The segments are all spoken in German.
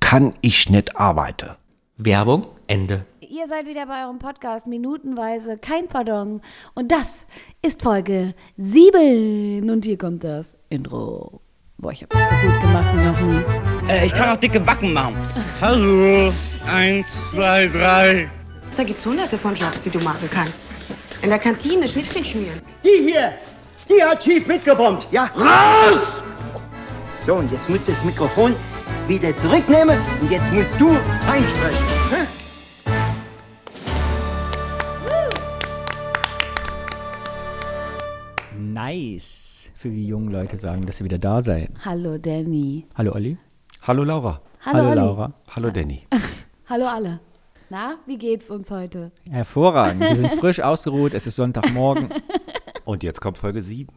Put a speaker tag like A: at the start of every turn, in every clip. A: kann ich nicht arbeiten.
B: Werbung, Ende.
C: Ihr seid wieder bei eurem Podcast minutenweise, kein Pardon. Und das ist Folge 7. Und hier kommt das Intro. Boah, ich habe das so gut gemacht wie noch nie.
D: Äh, ich kann auch dicke Backen machen. Hallo. Eins, zwei, drei.
E: Da gibt's hunderte von Jobs, die du machen kannst. In der Kantine Schnitzel schmieren.
F: Die hier, die hat schief mitgebombt. Ja, raus! So, und jetzt musst du das Mikrofon wieder zurücknehmen und jetzt musst du einsprechen. Hä?
G: Nice. Für die jungen Leute sagen, dass ihr wieder da seid.
C: Hallo Danny.
G: Hallo Olli.
A: Hallo Laura.
C: Hallo, Olli.
G: Laura.
A: Hallo Danny.
C: Hallo alle. Na, wie geht's uns heute?
G: Hervorragend. Wir sind frisch ausgeruht. Es ist Sonntagmorgen.
A: Und jetzt kommt Folge 7.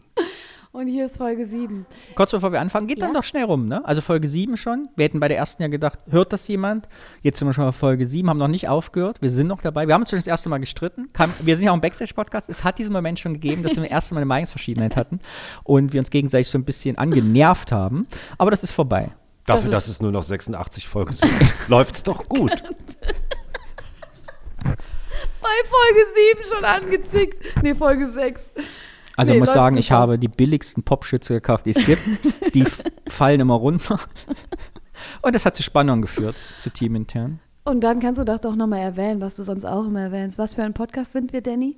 C: Und hier ist Folge 7.
G: Kurz bevor wir anfangen, geht dann doch schnell rum, ne? Also Folge 7 schon. Wir hätten bei der ersten ja gedacht, hört das jemand? Jetzt sind wir schon bei Folge 7, haben noch nicht aufgehört. Wir sind noch dabei. Wir haben uns schon das erste Mal gestritten. Kam, wir sind ja auch im Backstage-Podcast. Es hat diesen Moment schon gegeben, dass wir das erste Mal eine Meinungsverschiedenheit hatten und wir uns gegenseitig so ein bisschen angenervt haben. Aber das ist vorbei.
A: Dafür, dass es nur noch 86 Folgen sind, läuft's doch gut.
C: Bei Folge 7 schon angezickt. Nee, Folge 6.
G: Also
C: Nee,
G: ich muss
C: läuft
G: sagen, ich
C: super.
G: habe die billigsten Popschütze gekauft, die es gibt. Die f- fallen immer runter. Und das hat zu Spannungen geführt, zu teamintern.
C: Und dann kannst du das doch nochmal erwähnen, was du sonst auch immer erwähnst. Was für ein Podcast sind wir, Danny?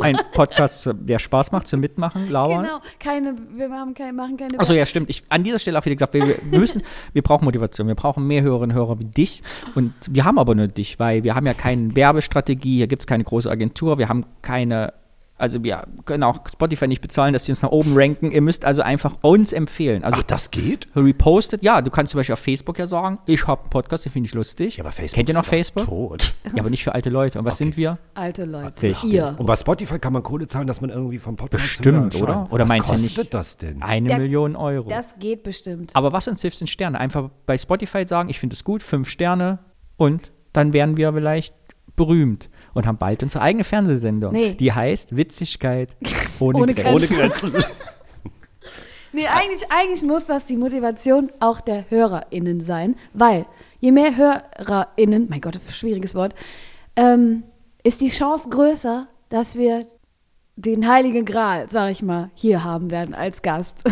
G: Ein Podcast, zu- der Spaß macht, zum Mitmachen, lauern.
C: Genau, keine, wir haben keine, machen keine
G: Achso, ja, stimmt. Ich, an dieser Stelle auch wieder gesagt, wir, wir müssen, wir brauchen Motivation. Wir brauchen mehr Hörerinnen und Hörer wie dich. Und wir haben aber nur dich, weil wir haben ja keine Werbestrategie, hier gibt es keine große Agentur, wir haben keine, also wir können auch Spotify nicht bezahlen, dass die uns nach oben ranken. Ihr müsst also einfach uns empfehlen. Also
A: Ach, das geht?
G: repostet. Ja, du kannst zum Beispiel auf Facebook ja sagen, ich habe einen Podcast, den finde ich lustig.
A: Ja, aber Facebook
G: Kennt ihr noch
A: ist doch
G: Facebook?
A: Tot.
G: Ja, aber nicht für alte Leute. Und was sind wir?
C: alte Leute.
G: Richtig.
C: Ihr.
A: Und bei Spotify kann man Kohle zahlen, dass man irgendwie vom Podcast
G: Bestimmt,
A: zu hören
G: oder?
A: scheint.
G: Oder
A: Was
G: meinst du
A: kostet
G: nicht?
A: das denn?
G: Eine
C: Der-
G: Million Euro.
C: Das geht bestimmt.
G: aber was uns hilft, sind Sterne. Einfach bei Spotify sagen, ich finde es gut, fünf Sterne und dann werden wir vielleicht berühmt und haben bald unsere eigene Fernsehsendung.
C: Nee.
G: Die heißt Witzigkeit ohne,
C: Ohne
G: Grenzen.
C: Grenzen. Nee, eigentlich, eigentlich muss das die Motivation auch der HörerInnen sein, weil je mehr HörerInnen, mein Gott, schwieriges Wort, ähm, ist die Chance größer, dass wir den Heiligen Gral, sag ich mal, hier haben werden als Gast.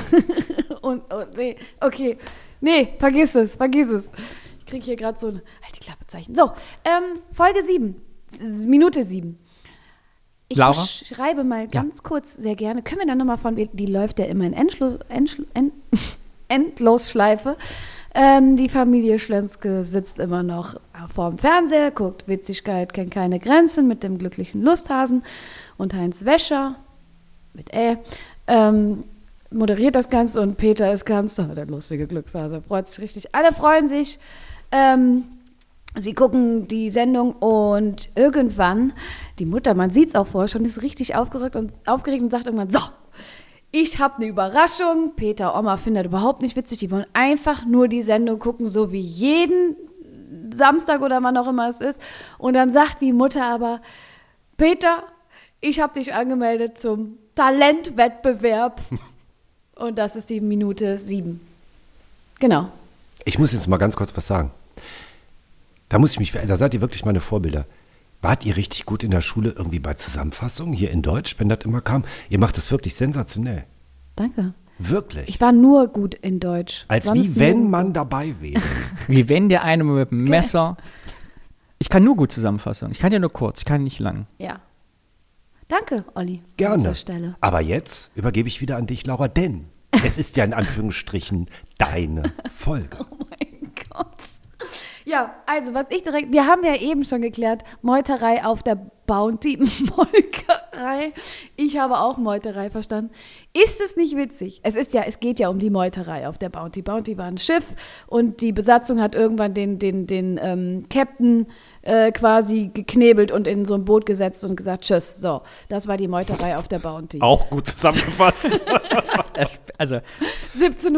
C: und, und nee, okay. Nee, vergiss es, vergiss es. Ich krieg hier gerade so ein halt die Klappe Zeichen. So, ähm, Folge 7, Minute 7. Ich
G: Laura?
C: beschreibe mal ganz kurz sehr gerne. Können wir dann nochmal von, die läuft ja immer in Endschlu Endschlu End Endlosschleife. Ähm, die Familie Schlenske sitzt immer noch vorm Fernseher, guckt Witzigkeit kennt keine Grenzen mit dem glücklichen Lusthasen und Heinz Wäscher mit Ä. Ähm, moderiert das Ganze und Peter ist ganz, oh, der lustige Glückshase, freut sich richtig. Alle freuen sich. Ähm, sie gucken die Sendung und irgendwann, die Mutter, man sieht es auch vorher schon, ist richtig aufgerückt und, aufgeregt und sagt irgendwann, so, ich habe eine Überraschung. Peter, Oma findet überhaupt nicht witzig. Die wollen einfach nur die Sendung gucken, so wie jeden Samstag oder wann auch immer es ist. Und dann sagt die Mutter aber, Peter, ich habe dich angemeldet zum Talentwettbewerb. Und das ist die Minute sieben. Genau.
A: Ich muss jetzt mal ganz kurz was sagen. Da muss ich mich, da seid ihr wirklich meine Vorbilder. Wart ihr richtig gut in der Schule irgendwie bei Zusammenfassungen hier in Deutsch, wenn das immer kam? Ihr macht das wirklich sensationell.
C: Danke.
A: Wirklich.
C: Ich war nur gut in Deutsch.
A: Als
C: Sonst
A: wie wenn
C: nur-
A: man dabei wäre.
G: Wie wenn der eine mit dem Messer. Ich kann nur gut Zusammenfassung. Ich kann ja nur kurz, ich kann nicht lang.
C: Ja. Danke, Olli. an
A: Gerne.
C: dieser Stelle.
A: Aber jetzt übergebe ich wieder an dich, Laura, denn es ist ja in Anführungsstrichen deine Folge.
C: mein Gott. Ja, also was ich direkt, wir haben ja eben schon geklärt, Meuterei auf der Bounty, Molkerei. Meuterei. Ich habe auch Meuterei verstanden. Ist es nicht witzig? Es ist ja, es geht ja um die Meuterei auf der Bounty. Bounty war ein Schiff und die Besatzung hat irgendwann den, den, den ähm, Captain äh, quasi geknebelt und in so ein Boot gesetzt und gesagt, tschüss. So, das war die Meuterei auf der Bounty.
H: Auch gut zusammengefasst.
G: Es, also,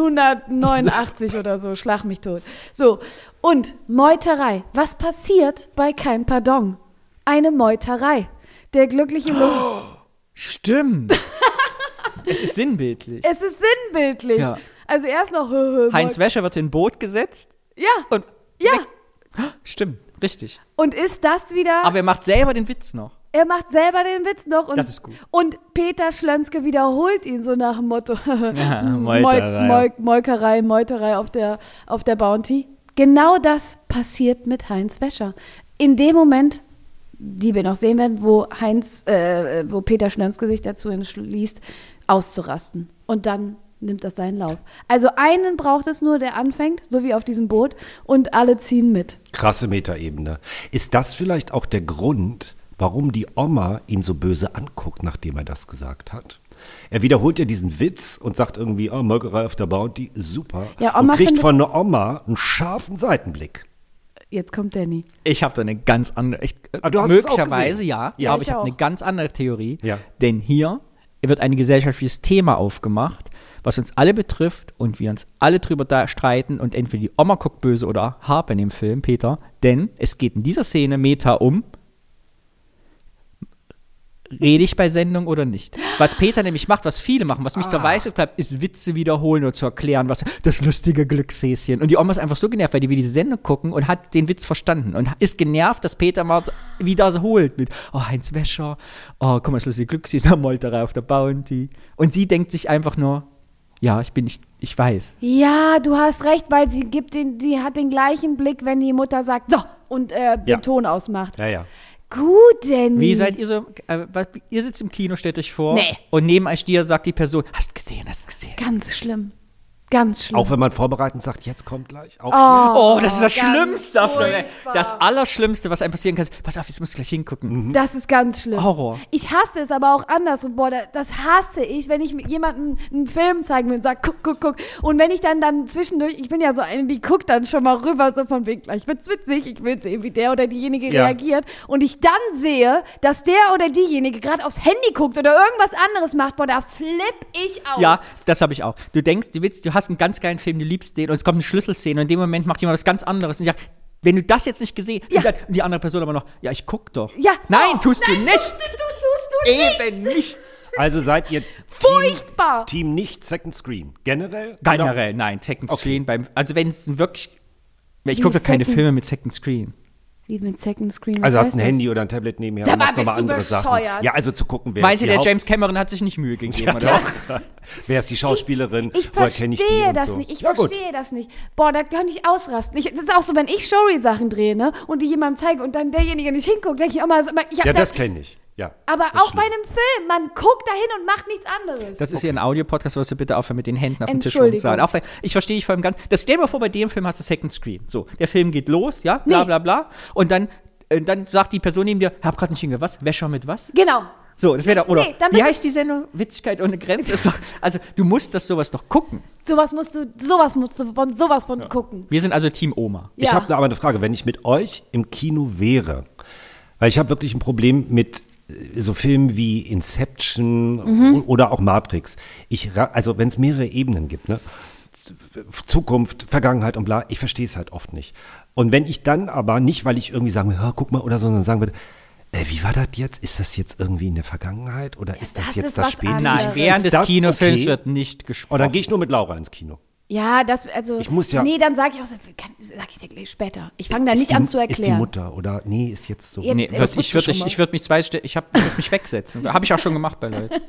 C: 1789 oder so, schlag mich tot. So, und Meuterei. Was passiert bei kein Pardon? Eine Meuterei. Der glückliche Lust.
G: Oh. stimmt. es ist sinnbildlich.
C: Es ist sinnbildlich.
G: Ja.
C: Also erst noch. hö, hö,
G: Heinz
C: Meut-
G: Wäscher wird in ein Boot gesetzt
C: Ja,
G: und.
C: ja.
G: Stimmt, richtig.
C: Und ist das wieder.
G: Aber er macht selber den Witz noch.
C: er macht selber den Witz noch. Und,
G: Das ist gut.
C: Und Peter Schlönske wiederholt ihn so nach dem Motto.
G: Ja,
C: Meut- Meuk- Molkerei, Meuterei auf der, auf der Bounty. Genau das passiert mit Heinz Wäscher. In dem Moment, die wir noch sehen werden, wo Heinz, äh, wo Peter Schlönske sich dazu entschließt, auszurasten. Und dann nimmt das seinen Lauf. Also einen braucht es nur, der anfängt, so wie auf diesem Boot, und alle ziehen mit.
A: Krasse Metaebene. Ist das vielleicht auch der Grund, warum die Oma ihn so böse anguckt, nachdem er das gesagt hat? Er wiederholt ja diesen Witz und sagt irgendwie, oh, Molkerei auf der Bounty, super.
C: Ja,
A: und
C: Oma
A: kriegt
C: findet-
A: von der Oma einen scharfen Seitenblick.
C: Jetzt kommt Danny.
G: Ich habe da eine ganz andere. Ich, äh,
A: Ah, du hast es auch
G: möglicherweise
A: gesehen.
G: ja,
A: Ja,
G: aber
C: ich
G: ich habe
C: auch.
G: eine ganz andere Theorie.
A: Ja.
G: Denn hier wird ein gesellschaftliches Thema aufgemacht, was uns alle betrifft und wir uns alle drüber da streiten und entweder die Oma guckt böse oder Harpe in dem Film, Peter. Denn es geht in dieser Szene Meta um. Rede ich bei Sendung oder nicht? Was Peter nämlich macht, was viele machen, was mich zur Weisheit bleibt, ist Witze wiederholen oder zu erklären, was das lustige Glückshäschen. Und die Oma ist einfach so genervt, weil die will diese Sendung gucken und hat den Witz verstanden und ist genervt, dass Peter mal so wiederholt mit, oh, Heinz Wäscher, oh, guck mal, das lustige Glückshäschen, Molterei auf der Bounty. Und sie denkt sich einfach nur, ja, ich bin, ich, ich weiß.
C: Ja, du hast recht, weil sie gibt den, die hat den gleichen Blick, wenn die Mutter sagt, so, und äh, den
A: Ja.
C: Ton ausmacht.
A: Naja.
C: Gut, Danny.
G: Wie seid ihr so, äh, was- ihr sitzt im Kino, stellt euch vor
C: Nee.
G: und neben euch dir sagt die Person, hast gesehen, hast gesehen.
C: Ganz schlimm. Ganz schlimm.
A: Auch wenn man vorbereitend sagt, jetzt kommt gleich. Auch
G: Oh, das ist das
C: ganz
G: Schlimmste auf der Welt.
C: furchtbar. Mhm.
G: Das Allerschlimmste, was einem passieren kann. ist, Pass auf, jetzt musst du gleich hingucken.
C: Das ist ganz schlimm.
G: Horror.
C: Ich hasse es aber auch andersrum. Boah, da- das hasse ich, wenn ich mit jemandem einen Film zeigen will und sage, guck, guck, guck. Und wenn ich dann dann zwischendurch, ich bin ja so eine, die guckt dann schon mal rüber, so von wegen, gleich wird's witzig, ich will sehen, wie der oder diejenige
A: Ja.
C: reagiert. Und ich dann sehe, dass der oder diejenige gerade aufs Handy guckt oder irgendwas anderes macht, boah, da flipp ich aus.
G: Ja, das habe ich auch. Du denkst, du willst, du hast einen ganz geilen Film, du liebst den und es kommt eine Schlüsselszene und in dem Moment macht jemand was ganz anderes und sagt, wenn du das jetzt nicht gesehen
C: Ja.
G: und dann- und die andere Person aber noch, ja, ich guck doch.
C: Ja.
G: Nein,
C: Oh,
G: tust du
C: nein,
G: nicht.
C: Tust, du, du, tust du
G: Eben
C: nicht.
G: nicht.
C: Oh.
A: Also seid ihr
C: Furchtbar.
A: Team, Team nicht Second Screen. Generell?
G: Generell, nein, Second
A: Okay.
G: Screen beim, also wenn es wirklich, ich
C: Wie
G: gucke doch keine
C: Second-
G: Filme mit Second Screen.
C: Wie mit Second Screen. was
A: Also hast
C: heißt
A: ein
C: das?
A: Handy oder ein Tablet nebenher
C: Sag
A: und
C: mal,
A: machst nochmal
C: bist du
A: andere
C: bescheuert?
A: Sachen. Ja, also zu gucken, wer
G: Meinst
A: ist
G: du,
A: die
G: der
A: Haupt-
G: James Cameron hat sich nicht Mühe gegeben?
A: ja,
G: oder?
A: doch. Wer ist die Schauspielerin?
C: Ich
A: Woher kenn
C: verstehe
A: ich die und
C: das
A: so?
C: nicht. Ich
A: ja, gut.
C: verstehe das nicht. Boah, da kann ich ausrasten. Ich, das ist auch so, wenn ich Story-Sachen drehe ne, und die jemandem zeige und dann derjenige nicht hinguckt, denke ich immer, sag mal, ich hab
A: Ja,
C: da-
A: das kenne ich. Ja,
C: Aber
A: das ist
C: auch bei
A: schlimm.
C: einem Film, man guckt da hin und macht nichts anderes.
G: Das ist ja ein Audiopodcast, was du bitte aufhören mit den Händen auf den Tisch
C: Entschuldigung.
G: rumzuhauen. Auch wenn- Ich verstehe dich vor allem ganz. Das stell dir mal vor, bei dem Film hast du Second Screen. So, der Film geht los, ja, bla
C: Nee.
G: bla bla. Und dann, äh, dann sagt die Person neben dir, hab grad nicht hingehört, was? Wäscher mit was?
C: genau.
G: So, das wäre doch, oder?
C: Nee, dann
G: Wie
C: bist
G: heißt die Sendung? Witzigkeit ohne Grenzen. Ist doch, also, du musst das sowas doch gucken.
C: Sowas musst du, sowas musst du von sowas von gucken.
G: Wir sind also Team Oma.
A: Ich
C: Ja.
A: habe aber eine Frage, wenn ich mit euch im Kino wäre, weil ich habe wirklich ein Problem mit äh, so Filmen wie Inception
C: Mhm.
A: o- oder auch Matrix. Ich, ra- also wenn es mehrere Ebenen gibt, ne? Zukunft, Vergangenheit und bla, ich verstehe es halt oft nicht. Und wenn ich dann aber, nicht weil ich irgendwie sagen will, "Ah, guck mal oder so, sondern sagen würde, äh, wie war das jetzt? Ist das jetzt irgendwie in der Vergangenheit oder ist das,
C: das
A: jetzt
C: ist
A: das
C: was
A: Späte?
C: anderes.
G: Nein,
C: Ist
G: während des
A: das
G: Kinofilms
A: okay?
G: wird nicht gesprochen.
A: Und dann gehe ich nur mit Laura ins Kino.
C: Ja, das, also.
A: Ich muss ja-
C: Nee, dann sag ich auch so, kann, sag ich dir gleich später. Ich fange da
A: Ist
C: nicht
A: die,
C: an zu
A: Ist die
C: erklären.
A: Mutter oder nee, ist jetzt so.
C: Jetzt-
G: Nee,
C: Ey,
G: würd,
A: wusstest
G: ich
A: du
G: würde
A: schon
G: ich,
A: mal?
G: ich würd mich zwei, ich hab, ich würd mich wegsetzen. Habe ich auch schon gemacht bei Leuten.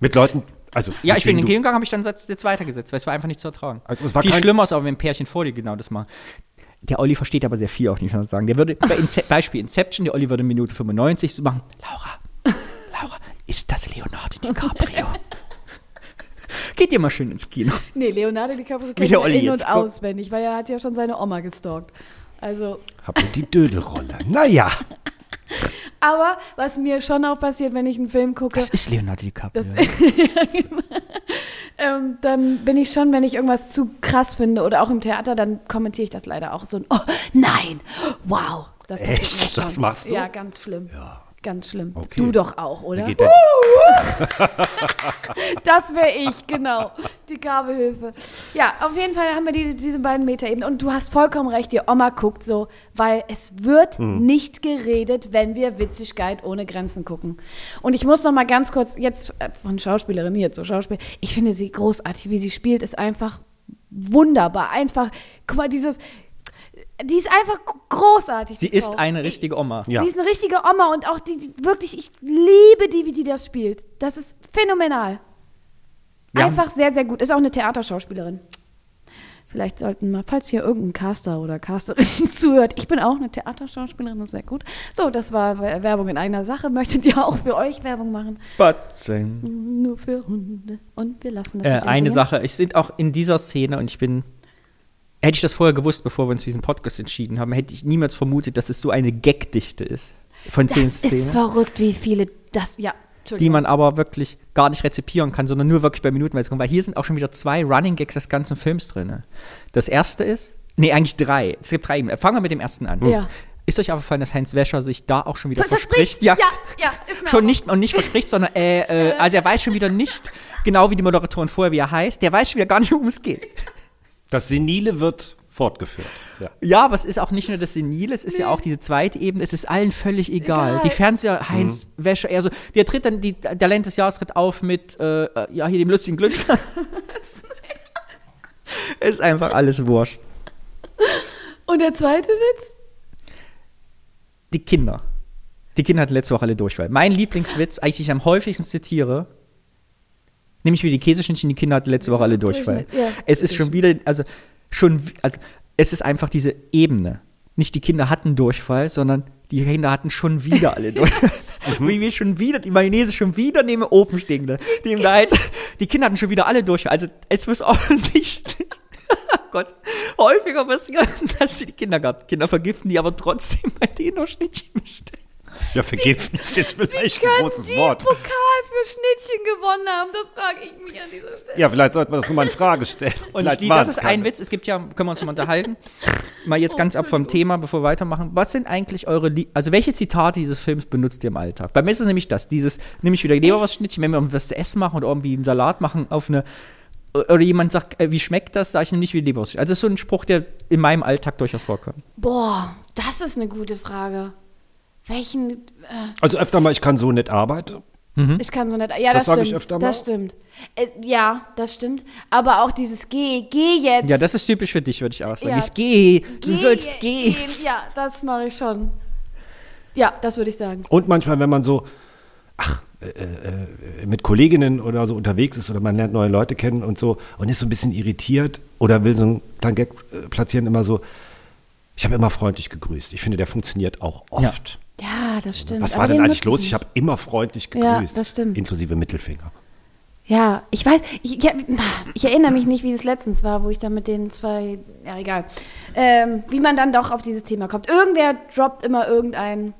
A: Mit Leuten, also.
G: Ja,
A: mit
G: ich bin
A: denen
G: in den
A: du-
G: Gegengang, habe ich dann Satz jetzt weitergesetzt, weil es war einfach nicht zu ertragen.
A: Also, es war
G: Viel
A: kein-
G: schlimmer ist aber, wenn ein Pärchen vor dir genau das machen. Der Olli versteht aber sehr viel auch nicht, muss man sagen. Der würde, bei Ince Beispiel Inception, der Olli würde Minute 95 so machen, Laura, Laura, ist das Leonardo DiCaprio? Geht ihr mal schön ins Kino.
C: Nee, Leonardo DiCaprio kennt
G: der
C: ja
G: Olli
C: in
G: jetzt,
C: und
G: guck.
C: auswendig, weil er hat ja schon seine Oma gestalkt. Also,
A: Hab mir die Dödelrolle. Naja,
C: Aber was mir schon auch passiert, wenn ich einen Film gucke,
G: Das ist Leonardo DiCaprio.
C: ähm, dann bin ich schon, wenn ich irgendwas zu krass finde oder auch im Theater, dann kommentiere ich das leider auch so. Ein, oh, nein, wow. Das passiert
A: Echt?
C: mir schon.
A: Das machst du?
C: Ja, ganz schlimm. Ja. Ganz schlimm.
A: Okay.
C: Du doch auch, oder?
A: Da geht der,
C: Das wäre ich, genau. Die Kabelhilfe. Ja, auf jeden Fall haben wir diese, diese beiden Metaebenen. Und du hast vollkommen recht, die Oma guckt so, weil es wird
G: Mhm.
C: nicht geredet, wenn wir Witzigkeit ohne Grenzen gucken. Und ich muss noch mal ganz kurz, jetzt äh, von Schauspielerin hier zu Schauspiel, ich finde sie großartig, wie sie spielt, ist einfach wunderbar. Einfach, guck mal, dieses, die ist einfach großartig.
G: Sie
C: die
G: ist
C: Frau.
G: eine richtige Oma.
A: ja.
C: Sie ist eine richtige Oma und auch die, die wirklich, ich liebe die, wie die das spielt. Das ist phänomenal.
G: Wir haben-
C: Einfach sehr, sehr gut. Ist auch eine Theaterschauspielerin. Vielleicht sollten mal, falls hier irgendein Caster oder Casterin zuhört, ich bin auch eine Theaterschauspielerin, das wäre gut. So, das war Werbung in eigener Sache. Möchtet ihr auch für euch Werbung machen?
G: Batzen.
C: Nur für Hunde. Und wir lassen das
G: Äh,
C: mit dem
G: eine
C: Singen.
G: Sache, ich sind auch in dieser Szene und ich bin. Hätte ich das vorher gewusst, bevor wir uns für diesen Podcast entschieden haben, hätte ich niemals vermutet, dass es so eine Gagdichte ist. Von
C: Das
G: zehn
C: ist
G: Szenen.
C: verrückt, wie viele das, ja,
G: die
C: Entschuldigung.
G: man aber wirklich gar nicht rezipieren kann, sondern nur wirklich bei Minutenweise kommt. Weil hier sind auch schon wieder zwei Running Gags des ganzen Films drin. Das erste ist, nee, eigentlich drei. Es gibt drei. Ebenen. Fangen wir mit dem ersten an.
C: Ja.
G: Ist euch aufgefallen, dass Heinz Wäscher sich da auch schon wieder
C: Verspricht.
G: verspricht? Ja,
C: Ja, ja, ist mir
G: schon
C: auch-
G: nicht und nicht verspricht, sondern äh, äh, also er weiß schon wieder nicht, genau wie die Moderatoren vorher, wie er heißt, der weiß schon wieder gar nicht, worum es geht.
A: das Senile wird fortgeführt. Ja.
G: Ja, aber es ist auch nicht nur das Senile, es ist ja auch diese zweite Ebene, es ist allen völlig egal. Die Fernseher, Heinz Wäscher, eher so, der tritt dann, die, der Talent des Jahres tritt auf mit, äh, äh, ja, hier dem lustigen Glück. ist einfach alles wurscht.
C: Und der zweite Witz?
G: Die Kinder. Die Kinder hatten letzte Woche alle Durchfall. Mein Lieblingswitz, eigentlich den ich am häufigsten zitiere, nämlich wie die Käseschnittchen, die Kinder hatten letzte Woche alle Durchfall.
C: Durchfall, ja.
G: Es ist schon wieder, also schon, wi- also es ist einfach diese Ebene. Nicht die Kinder hatten Durchfall, sondern die Kinder hatten schon wieder alle Durchfall.
C: Mhm.
G: wie wir schon wieder, die Mayonnaise schon wieder neben dem Ofen stehen. ne? Die, da halt, die Kinder hatten schon wieder alle Durchfall. Also es muss offensichtlich. oh Gott, häufiger passieren, dass sie die Kindergartenkinder vergiften, die aber trotzdem bei denen noch Schnittchen bestellen.
A: ja, vergiften ist jetzt vielleicht ein
C: Können
A: großes
C: Sie
A: Wort.
C: Pokal für Schnittchen gewonnen haben? Das frage ich mich an dieser Stelle.
A: Ja, vielleicht sollte man das nochmal in Frage stellen.
G: Und
A: vielleicht
G: ich, liebe-
A: waren
G: das
A: es
G: ist
A: keine.
G: ein Witz, es gibt ja, können wir uns mal unterhalten. Mal jetzt ganz ab vom Thema, bevor wir weitermachen. Was sind eigentlich eure, Lie also welche Zitate dieses Films benutzt ihr im Alltag? Bei mir ist es nämlich das, dieses, nämlich wieder Leberwurstschnittchen, wenn wir irgendwas zu essen machen oder irgendwie einen Salat machen auf eine, oder jemand sagt, äh, wie schmeckt das, sage ich nämlich wie Leberwurstschnittchen. Also das ist so ein Spruch, der in meinem Alltag durchaus vorkommt.
C: Boah, das ist eine gute Frage. Welchen. Äh,
A: Also öfter mal, ich kann so nicht arbeiten.
C: Ich kann so nicht. Ja,
A: Hm? Das
C: das,
A: sag ich
C: stimmt.
A: öfter mal.
C: das stimmt. Äh, ja, das stimmt. Aber auch dieses Geh, geh jetzt.
G: Ja, das ist typisch für dich, würde ich auch sagen.
C: Ja.
G: Dieses Geh, du
C: Geh
G: sollst
C: je-
G: gehen.
C: gehen. Ja, das mache ich schon. Ja, das würde ich sagen.
A: Und manchmal, wenn man so, ach, äh, äh, mit Kolleginnen oder so unterwegs ist oder man lernt neue Leute kennen und so und ist so ein bisschen irritiert oder will so einen kleinen Gag äh, platzieren, immer so, ich habe immer freundlich gegrüßt. Ich finde, der funktioniert auch oft.
C: Ja, das stimmt.
A: Was
C: Aber
A: war denn
C: den
A: eigentlich
C: nutze
A: los? Ich
C: nicht.
A: habe immer freundlich
C: Ja,
A: gegrüßt.
C: das stimmt.
A: Inklusive Mittelfinger.
C: Ja, ich weiß, ich, ja, ich erinnere mich nicht, wie es letztens war, wo ich da mit den zwei, ja egal, ähm, wie man dann doch auf dieses Thema kommt. Irgendwer droppt immer irgendeinen,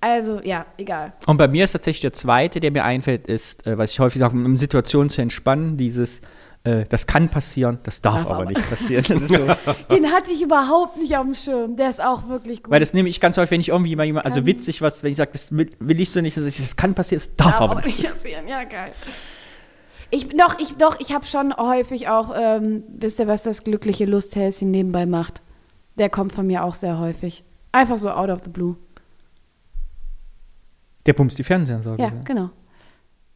C: also ja, egal.
G: Und bei mir ist tatsächlich der zweite, der mir einfällt, ist, äh, was ich häufig sage, um Situationen zu entspannen, dieses, äh, das kann passieren, das darf,
C: Darf
G: aber,
C: aber.
G: nicht passieren. Das ist so,
C: Den hatte ich überhaupt nicht auf dem Schirm, der ist auch wirklich gut.
G: weil das nehme ich ganz häufig, wenn ich irgendwie mal jemand, also witzig was, wenn ich sage, das will, will ich so nicht, das, ist, das kann passieren, das darf
C: Darf
G: aber
C: aber
G: nicht.
C: nicht passieren, ja geil. Ich, doch, ich, doch, ich habe schon häufig auch, ähm, wisst ihr, was das glückliche Lusthäschen nebenbei macht? Der kommt von mir auch sehr häufig. Einfach so out of the blue.
G: Der pumps die Fernsehanlage.
C: Ja, genau.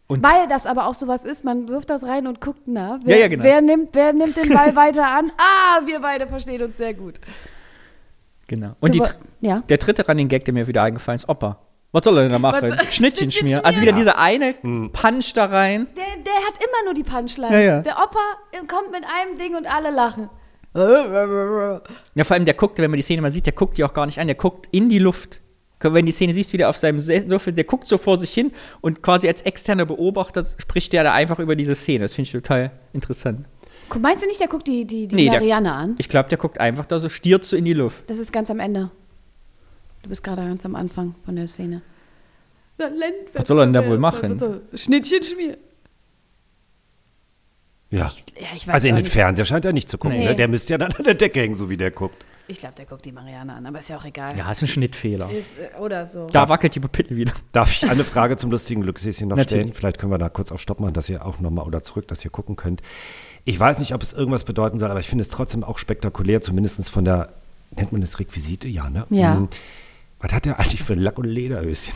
G: Und-
C: Weil das aber auch sowas ist, man wirft das rein und guckt, na, wer,
G: Ja, ja, genau.
C: wer, nimmt, wer nimmt den Ball weiter an? Ah, wir beide verstehen uns sehr gut.
G: genau. Und
C: Du
G: die,
C: wo-
G: dr-
C: ja.
G: der dritte Running Gag, der mir wieder eingefallen ist, Opa. Was soll er denn da machen?
C: soll-
G: Schnittchen
C: Schnittchen
G: schmieren. Also wieder dieser eine Punch da rein.
C: Der, der hat immer nur die Punchlines.
G: Ja, ja.
C: Der Opa äh, kommt mit einem Ding und alle lachen.
G: Ja, vor allem der guckt, wenn man die Szene mal sieht, der guckt die auch gar nicht an, der guckt in die Luft. Wenn die Szene siehst, wie der auf seinem Se- Sofa, der guckt so vor sich hin und quasi als externer Beobachter spricht der da einfach über diese Szene. Das finde ich total interessant.
C: Guck, Meinst du nicht, der guckt die, die, die
G: Nee, der-
C: Marianne an?
G: Ich glaube, der guckt einfach da so, stiert so in die Luft.
C: Das ist ganz am Ende. Du bist gerade ganz am Anfang von der Szene. Na, Lent-
G: Was soll er denn da wohl machen?
C: So, Schnittchen schmier.
A: Ja.
C: Ja, ich weiß
A: Also in
C: auch
A: den
C: nicht.
A: Fernseher scheint er nicht zu gucken.
C: Nee.
A: Ne? Der müsste ja dann an der Decke hängen, so wie der guckt.
C: Ich glaube, der guckt die Marianne an, aber ist ja auch egal.
G: Ja, ist ein Schnittfehler.
C: Ist, äh, oder so.
G: Da wackelt die Pupille wieder.
A: Darf ich eine Frage zum lustigen Glückshäschen noch
G: Natürlich.
A: stellen? Vielleicht können wir da kurz auf Stopp machen, dass ihr auch nochmal oder zurück, dass ihr gucken könnt. Ich weiß nicht, ob es irgendwas bedeuten soll, aber ich finde es trotzdem auch spektakulär, zumindest von der, nennt man das Requisite? Ja, ne?
C: Ja.
A: Hm. Was hat der eigentlich für ein Lack- und Lederhöschen?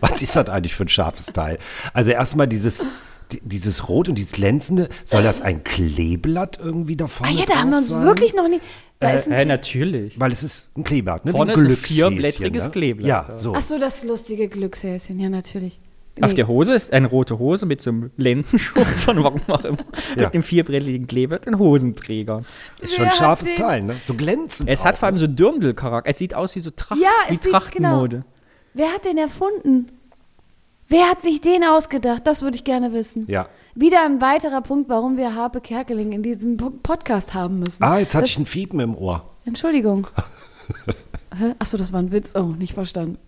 A: Was ist das eigentlich für ein scharfes Teil? Also erstmal dieses, di- dieses Rot und dieses Glänzende, soll das ein Kleeblatt irgendwie da
C: ah
A: vorne
C: ja, da haben wir
A: drauf
C: uns
A: sein?
C: wirklich noch nie. Da ist ein
G: natürlich.
A: Weil es ist ein Kleeblatt, ne?
G: Vorne
A: Wie ein
G: ist ein
A: Glückshäschen,
G: vierblättriges Kleeblatt,
A: Ja,
G: ja.
A: so.
C: Ach so, das lustige Glückshäschen, ja, natürlich.
G: Auf
C: Nee.
G: der Hose ist eine rote Hose mit so einem Lendenschutz von warum auch immer.
A: Ja.
G: Mit dem vierbrettigen Kleber, den Hosenträger.
A: Ist schon ein
C: Wer hat
A: scharfes
C: den-
A: Teil, ne? So glänzend.
G: Es
A: auch.
G: hat vor allem so Dirndl-Charakter. Es sieht aus wie so Tracht,
C: Ja,
G: wie
C: es sieht- genau.
G: Trachtenmode.
C: Wer hat den erfunden? Wer hat sich den ausgedacht? Das würde ich gerne wissen.
A: Ja.
C: Wieder ein weiterer Punkt, warum wir Harpe Kerkeling in diesem Po- Podcast haben müssen.
A: Ah, jetzt hatte ich
C: Hm. das,
A: ein Fiepen im Ohr.
C: Entschuldigung. Hä? Ach so, das war ein Witz. Oh, nicht verstanden.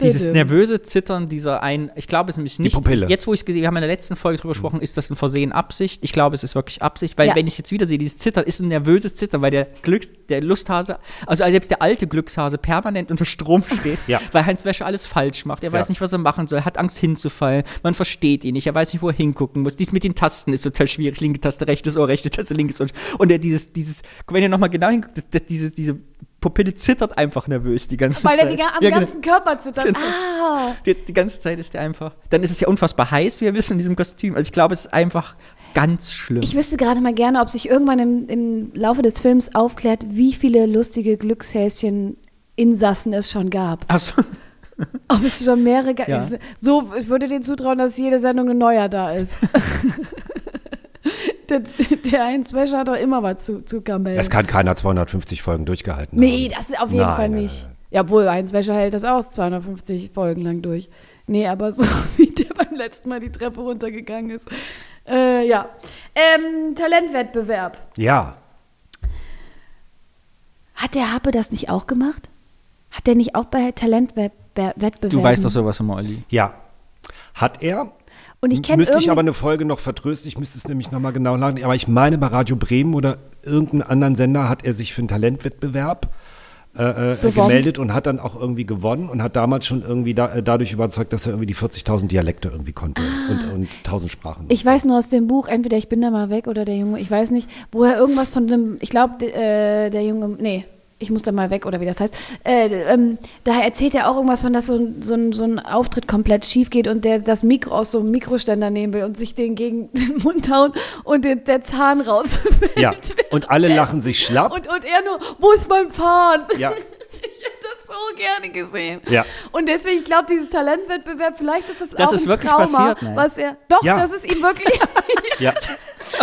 G: Dieses
C: Dö-dö.
G: nervöse Zittern dieser einen, ich glaube es ist nämlich nicht,
A: Pupille.
G: jetzt wo ich es gesehen wir haben in der letzten Folge drüber gesprochen, ist das ein Versehen Absicht? Ich glaube, es ist wirklich Absicht, weil
C: Ja.
G: wenn ich jetzt wieder sehe, dieses Zittern ist ein nervöses Zittern, weil der Glücks, der Lusthase, also selbst der alte Glückshase permanent unter Strom steht,
A: Ja.
G: weil Heinz Wäsche alles falsch macht, er weiß
A: Ja.
G: nicht, was er machen soll, hat Angst hinzufallen, man versteht ihn nicht, er weiß nicht, wo er hingucken muss, dies mit den Tasten ist total schwierig, linke Taste, rechtes Ohr, rechte Taste, linkes Ohr und er dieses, dieses, wenn ihr nochmal genau hinguckt, das- das- diese, diese Pupille zittert einfach nervös die ganze
C: Weil
G: Zeit.
C: er die, ga- am
G: Ja, genau.
C: ganzen Körper zittert. Ah,
G: Die, die ganze Zeit ist der einfach. Dann ist es ja unfassbar heiß, wie wir wissen, in diesem Kostüm. Also ich glaube, es ist einfach ganz schlimm.
C: ich wüsste gerade mal gerne, ob sich irgendwann im, im Laufe des Films aufklärt, wie viele lustige Glückshäschen-Insassen es schon gab.
G: Achso.
C: Ob es Oh, schon mehrere gab.
G: Ja.
C: So, ich würde denen zutrauen, dass jede Sendung ein neuer da ist. der, der Heinz Wäscher hat doch immer was zu, zu gammeln.
A: Das kann keiner 250 Folgen durchgehalten
C: nee,
A: haben.
C: das ist auf jeden
A: Nein,
C: Fall
A: nein,
C: nicht.
A: nein, nein.
C: Ja, obwohl, Heinz Wäscher hält das aus 250 Folgen lang durch. Nee, aber so wie der beim letzten Mal die Treppe runtergegangen ist. Äh, ja. Ähm, Talentwettbewerb.
A: Ja,
C: Hat der Happe das nicht auch gemacht? Hat der nicht auch bei Talentwettbewerben?
G: Du weißt doch sowas immer, Olli.
A: ja. Hat er?
C: Und ich kenne
A: Müsste ich
C: irgendeinen-
A: aber eine Folge noch vertrösten. Ich müsste es nämlich nochmal genau nachdenken. Aber ich meine, bei Radio Bremen oder irgendeinem anderen Sender hat er sich für einen Talentwettbewerb äh, äh,
C: Beworben.
A: gemeldet und hat dann auch irgendwie gewonnen und hat damals schon irgendwie da, äh, dadurch überzeugt, dass er irgendwie die 40.000 Dialekte irgendwie konnte und, und 1.000 Sprachen.
C: Ah. Ich weiß nur aus dem Buch, entweder ich bin da mal weg oder der Junge, ich weiß nicht, woher irgendwas von dem, ich glaube, äh, der Junge, nee, ich muss da mal weg oder wie das heißt. Äh, ähm, daher erzählt er auch irgendwas von, dass so, ein- so, ein- so ein Auftritt komplett schief geht und der das Mikro aus so einem Mikroständer nehmen will und sich den gegen den Mund hauen und den, der Zahn rausfällt.
A: ja, und alle lachen sich schlapp.
C: Und, und er nur, wo ist mein Fahren?
A: Ja.
C: Ich hätte das so gerne gesehen.
A: Ja.
C: Und deswegen, ich glaube, dieses Talentwettbewerb, vielleicht ist das,
G: Das
C: auch
G: ist
C: ein
G: wirklich
C: Trauma,
G: passiert, ne? nein.
C: was er. Doch,
A: Ja.
C: das ist ihm wirklich.
A: ja.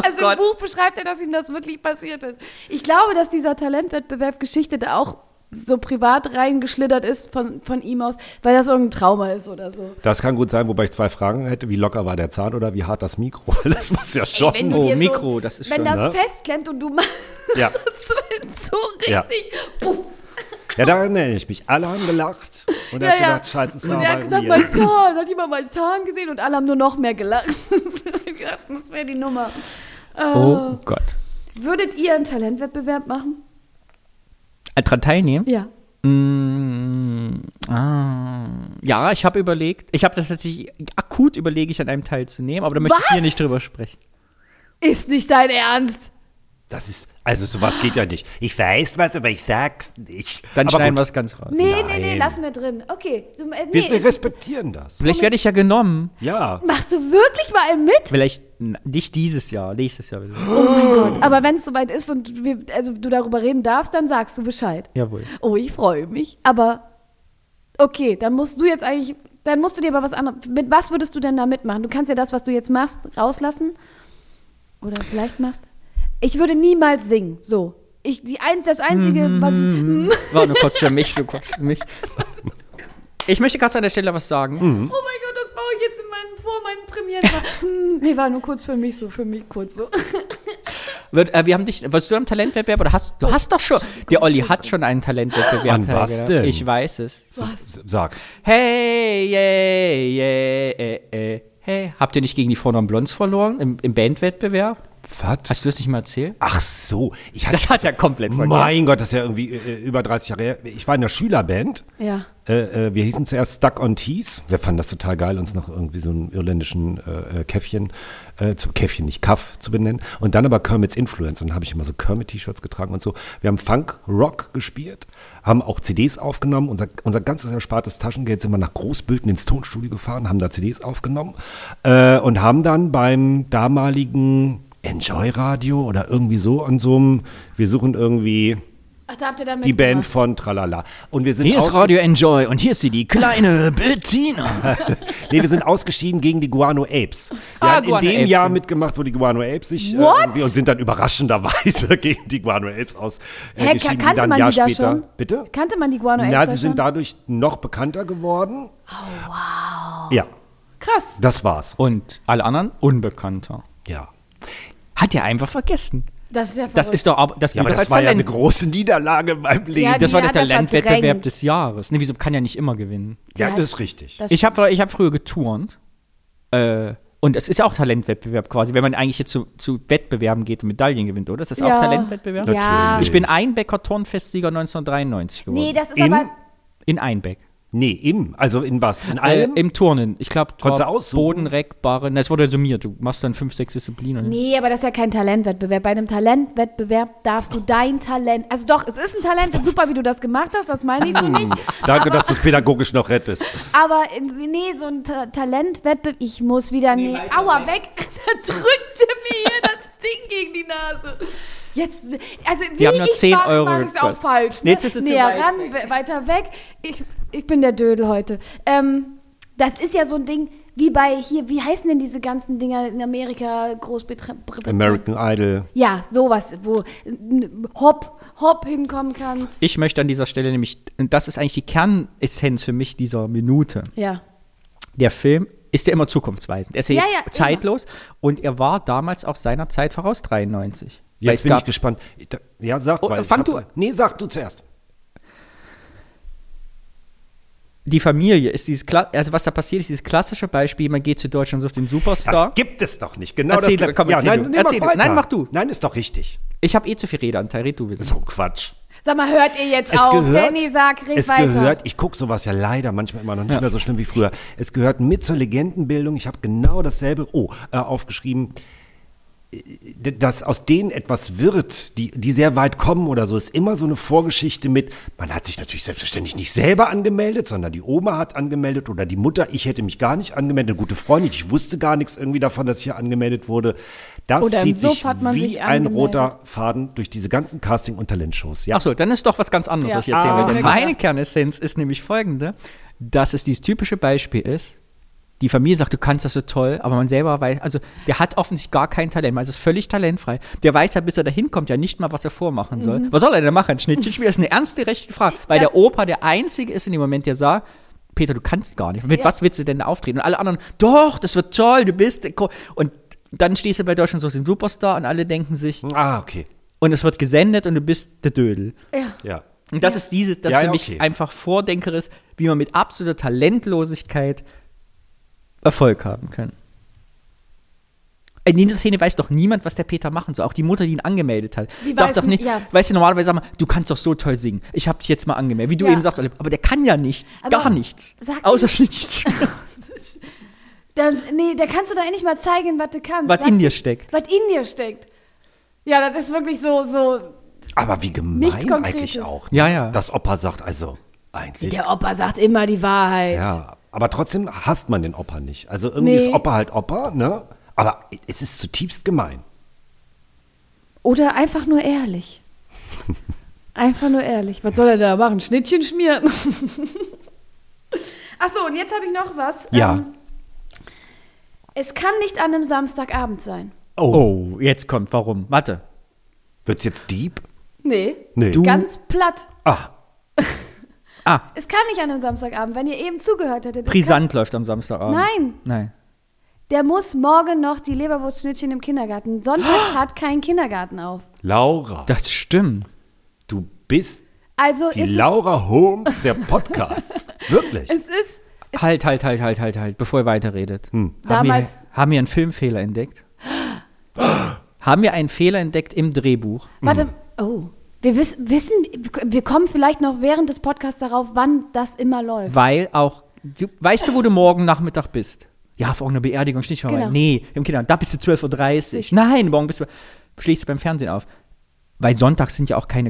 C: also
G: Oh Gott.
C: im Buch beschreibt er, dass ihm das wirklich passiert ist. Ich glaube, dass dieser Talentwettbewerb-Geschichte da auch so privat reingeschlittert ist von, von ihm aus, weil das irgendein Trauma ist oder so.
A: Das kann gut sein, wobei ich zwei Fragen hätte. Wie locker war der Zahn oder wie hart das Mikro? Das muss ja schon.
C: wenn du
G: Oh,
C: dir so,
G: Mikro, das ist
C: Wenn
G: schon,
C: das
A: ne?
C: festklemmt und du machst
A: Ja.
C: das so, so
A: Ja.
C: richtig. Puff.
A: Ja, daran erinnere ich mich. Alle haben gelacht und er hat gedacht, scheiße, es war
C: Und er
A: mal
C: hat gesagt, mein
A: weird.
C: Zahn, hat jemand meinen Zahn gesehen und alle haben nur noch mehr gelacht. Ich dachte, das wäre die Nummer. Äh,
G: Oh Gott.
C: Würdet ihr einen Talentwettbewerb machen?
G: Äh, Dran teilnehmen?
C: Ja.
G: Mm, ah. Ja, ich habe überlegt. Ich habe das tatsächlich akut überlege ich an einem Teil zu nehmen, aber da möchte ich
C: Was?
G: hier nicht drüber sprechen.
C: Ist nicht dein Ernst.
A: Das ist, also sowas geht ja nicht. Ich weiß was, aber ich sag's nicht.
G: Dann
A: aber
G: schneiden wir
A: gut,
G: es ganz raus.
C: Nee, nee, nee,
A: Nein.
C: lassen wir drin. Okay. Du, äh, nee,
A: wir, wir respektieren das.
G: Vielleicht werde ich ja genommen.
A: Ja.
C: machst du wirklich mal einen mit?
G: Vielleicht n- nicht dieses Jahr, nächstes Jahr. wieder.
C: Aber wenn es soweit ist und wir, also du darüber reden darfst, dann sagst du Bescheid.
G: Jawohl.
C: Oh, ich freue mich. Aber okay, dann musst du jetzt eigentlich, dann musst du dir aber was anderes. Mit was würdest du denn da mitmachen? Du kannst ja das, was du jetzt machst, rauslassen. Oder vielleicht machst. Ich würde niemals singen. So. Ich, die eins, das Einzige, was ich. Hm.
G: War nur kurz für mich, so kurz für mich. Mhm. Ich möchte ganz an der Stelle was sagen.
C: Oh mein Gott, das baue ich jetzt in meinen, vor meinen Premieren. Hm, nee, war nur kurz für mich so, für mich kurz so.
G: Wird, äh, wir haben dich, wirst du am Talentwettbewerb oder hast du hast doch schon. Der Olli hat schon einen Talentwettbewerb.
A: An was
G: teilgenommen.
A: denn?
G: Ich weiß es.
A: Sag.
G: Hey, yeah, yeah, äh, äh, hey. Habt ihr nicht gegen die Fornon Blondes verloren im, im Bandwettbewerb?
A: Was?
G: Hast du das nicht mal erzählt?
A: Ach so. Ich hatte,
G: Das hat er komplett vergessen.
A: mein Gott, das ist ja irgendwie äh, über 30 Jahre her. Ich war in der Schülerband.
C: Ja.
A: Äh, äh, wir hießen zuerst Stuck on Tees. Wir fanden das total geil, uns noch irgendwie so einen irländischen äh, äh, Käffchen, äh, zu, Käffchen, nicht Kaff zu benennen. Und dann aber Kermit's Influence. Und dann habe ich immer so Kermit-T-Shirts getragen und so. Wir haben Funk, Rock gespielt, haben auch CDs aufgenommen. Unser, unser ganzes erspartes Taschengeld sind wir nach Großbülten ins Tonstudio gefahren, haben da CDs aufgenommen äh, und haben dann beim damaligen Enjoy Radio oder irgendwie so an so einem, wir suchen irgendwie
C: Ach, da habt ihr dann
A: die Band von Tralala. Und wir sind
G: Hier ist
A: ausge-
G: Radio Enjoy und hier ist sie, die kleine Bettina.
A: nee, wir sind ausgeschieden gegen die Guano Apes. Wir
G: Ah,
A: haben
G: Guano
A: in dem
G: Apes.
A: Jahr mitgemacht, wo die Guano Apes sich äh,
C: What?
A: irgendwie- und sind dann überraschenderweise gegen die Guano Apes aus äh,
C: Hä,
A: geschieden,
C: ka- kannte
A: dann ein
C: man
A: Jahr
C: die da
A: später.
C: schon?
A: Bitte?
C: Kannte man die Guano Apes
A: Na,
C: da
A: sie sind
C: schon?
A: dadurch noch bekannter geworden. Oh, wow. Ja,
C: Krass.
A: das war's.
G: Und alle anderen unbekannter.
A: Ja.
G: Hat er einfach vergessen.
C: Das ist ja verrückt.
G: Das ist doch aber das,
A: Ja, aber
G: gilt doch als
A: das war ja eine
G: Talent.
A: große Niederlage in meinem Leben.
C: Ja,
A: Ja,
C: die-
G: das war der
C: hat er
G: Talentwettbewerb
C: verdrängt.
G: des Jahres. Nee, wieso kann ja nicht immer gewinnen?
A: das ist richtig.
C: Das
G: Ich habe ich hab früher geturnt. Äh, und es ist ja auch Talentwettbewerb quasi, wenn man eigentlich jetzt zu, zu Wettbewerben geht und Medaillen gewinnt, oder? Ist das auch Talentwettbewerb?
C: Ja.
G: Ich bin Einbecker Turnfestsieger 1993 geworden.
C: Nee, das ist
A: In-
C: aber.
G: In Einbeck.
A: Nee, im. Also in was? In
G: Äh,
A: allem?
G: Im Turnen. Ich glaube,
A: Konntest du aussuchen?
G: Boden, Reck, Barren. Das wurde summiert. Du machst dann fünf, sechs Disziplinen.
C: Nee, aber das ist ja kein Talentwettbewerb. Bei einem Talentwettbewerb darfst du dein Talent. Also doch, es ist ein Talent. Ist super, wie du das gemacht hast. Das meine ich so nicht.
A: Danke, dass du es pädagogisch noch rettest.
C: Aber in, nee, so ein Ta Talentwettbewerb. Ich muss wieder. Nee, aua, weg. da drückte mir hier das Ding gegen die Nase. Jetzt, also wie
G: haben nur
C: ich
G: 10
C: mach,
G: Euro
C: mach ich's auch
G: gekostet.
C: falsch.
G: Nee,
C: Ne?
G: jetzt ist es zu
C: Näher
G: weit
C: ran, we- weiter weg. Ich, ich bin der Dödel heute. Ähm, das ist ja so ein Ding, wie bei hier, wie heißen denn diese ganzen Dinger in Amerika, Großbritannien?
A: American Idol.
C: Ja, sowas, wo n- hopp, hopp hinkommen kannst.
G: Ich möchte an dieser Stelle nämlich, und das ist eigentlich die Kernessenz für mich dieser Minute.
C: ja.
G: der Film ist ja immer zukunftsweisend. Er ist ja,
C: Ja,
G: jetzt
C: ja, immer.
G: zeitlos und er war damals auch seiner Zeit voraus, 93. Weil
A: Jetzt
G: es
A: bin
G: gab-
A: ich gespannt. Ich- da- Ja, sag
G: Oh,
A: mal. ich
G: fang
A: hab-
G: du an.
A: Nee, sag du zuerst.
G: die Familie ist dieses, Kla also was da passiert, ist dieses klassische Beispiel, man geht zu Deutschland und sucht den Superstar.
A: Das gibt es doch nicht. Genau
G: Erzähl
A: das.
G: du, komm,
A: ja,
G: erzähl
A: nein,
G: du.
A: nee, mach
G: Erzähl du.
A: weiter.
G: Nein, mach du.
A: Nein, ist doch richtig.
G: Ich habe eh zu viel Redeanteil, red du willst.
A: So ein Quatsch.
C: Sag mal, hört ihr jetzt
A: Es
C: auf?
A: gehört,
C: Danny, sag, red
A: es
C: weiter.
A: gehört, ich gucke sowas ja leider manchmal immer noch nicht mehr so schlimm wie früher. Es gehört mit zur Legendenbildung. Ich habe genau dasselbe, oh, äh, aufgeschrieben, äh, d- dass aus denen etwas wird, die, die sehr weit kommen oder so, ist immer so eine Vorgeschichte mit, man hat sich natürlich selbstverständlich nicht selber angemeldet, sondern die Oma hat angemeldet oder die Mutter, ich hätte mich gar nicht angemeldet, eine gute Freundin, ich wusste gar nichts irgendwie davon, dass ich hier angemeldet wurde. Das
C: Oder im
A: zieht sich
C: Suff hat man
A: wie
C: sich
A: ein
C: angemeldet.
A: roter Faden durch diese ganzen Casting- und Talentshows. Ja.
G: Achso, dann ist doch was ganz anderes,
C: Ja.
G: was ich erzählen will. Denn
C: Ah.
G: meine Kernessenz ist nämlich folgende, dass es dieses typische Beispiel ist, die Familie sagt, du kannst das so toll, aber man selber weiß, also der hat offensichtlich gar kein Talent, man ist völlig talentfrei. Der weiß ja, bis er dahin kommt, ja nicht mal, was er vormachen soll.
C: Mhm.
G: Was soll er denn machen? Schnittchen spielen? Das ist eine ernste, rechte Frage, weil der Opa der Einzige ist in dem Moment, der sah, Peter, du kannst gar nicht. Mit was willst du denn da auftreten? Und alle anderen, doch, das wird toll, du bist. Und dann stehst du bei Deutschland so den Superstar und alle denken sich,
A: Ah, okay.
G: und es wird gesendet und du bist der Dödel.
C: Ja.
A: Ja.
G: Und das ist dieses, das
A: Ja,
G: für
A: ja,
G: mich
A: okay.
G: einfach Vordenker ist, wie man mit absoluter Talentlosigkeit Erfolg haben kann. In dieser Szene weiß doch niemand, was der Peter machen soll. Auch die Mutter, die ihn angemeldet hat,
C: Die
G: sagt
C: weiß
G: doch nicht,
C: nicht, ja.
G: weißt du, normalerweise sagt man, du kannst doch so toll singen. Ich habe dich jetzt mal angemeldet. Wie du
C: Ja.
G: eben sagst, Oliver, aber der kann ja nichts,
C: Aber
G: gar nichts.
C: sag
G: Außer
C: ihm-
G: Schnittchen.
C: Dann, nee, da kannst du doch endlich mal zeigen, was du kannst.
G: Was
C: Sag-
G: in dir steckt.
C: Was in dir steckt. Ja, das ist wirklich so, so.
A: Aber wie
C: Nichts
A: gemein
C: Konkretes.
A: eigentlich auch. ne?
G: Ja, ja.
A: Dass Opa sagt, also eigentlich.
C: Der Opa sagt immer die Wahrheit.
A: Ja, aber trotzdem hasst man den Opa nicht. Also irgendwie
C: Nee.
A: ist Opa halt Opa, ne? Aber es ist zutiefst gemein.
C: Oder einfach nur ehrlich. Einfach nur ehrlich. Was soll er da machen? Schnittchen schmieren? Achso, und jetzt habe ich noch was.
A: Ja.
C: Ähm, es kann nicht an einem Samstagabend sein.
A: Oh,
G: Oh, jetzt kommt, warum? Warte.
A: wird's jetzt deep?
C: Nee.
A: Nee.
C: Ganz platt.
A: Ach,
G: Ah,
C: Es kann nicht an einem Samstagabend, wenn ihr eben zugehört hättet. es
G: brisant läuft am Samstagabend.
C: Nein.
G: Nein.
C: Der muss morgen noch die Leberwurstschnittchen im Kindergarten. Sonntags hat kein Kindergarten auf.
A: Laura,
G: Das stimmt.
A: du bist
C: Also
A: die
C: ist
A: Laura Holmes der Podcast. Wirklich.
C: es, es ist
G: Halt, halt, halt, halt, halt, halt, bevor ihr weiterredet. Haben, wir,
C: Damals-
G: haben wir einen Filmfehler entdeckt? haben wir einen Fehler entdeckt im Drehbuch?
C: Warte, oh. Wir wiss, wissen, wir kommen vielleicht noch während des Podcasts darauf, wann das immer läuft.
G: Weil auch, du, weißt du, wo du morgen Nachmittag bist? Ja, auf irgendeiner Beerdigung stehst du vorbei.
C: Genau.
G: Nee, im Kindergarten, da bist du 12.30 Uhr. Nein, morgen bist du, schlägst du beim Fernsehen auf. Weil Sonntag sind ja auch keine,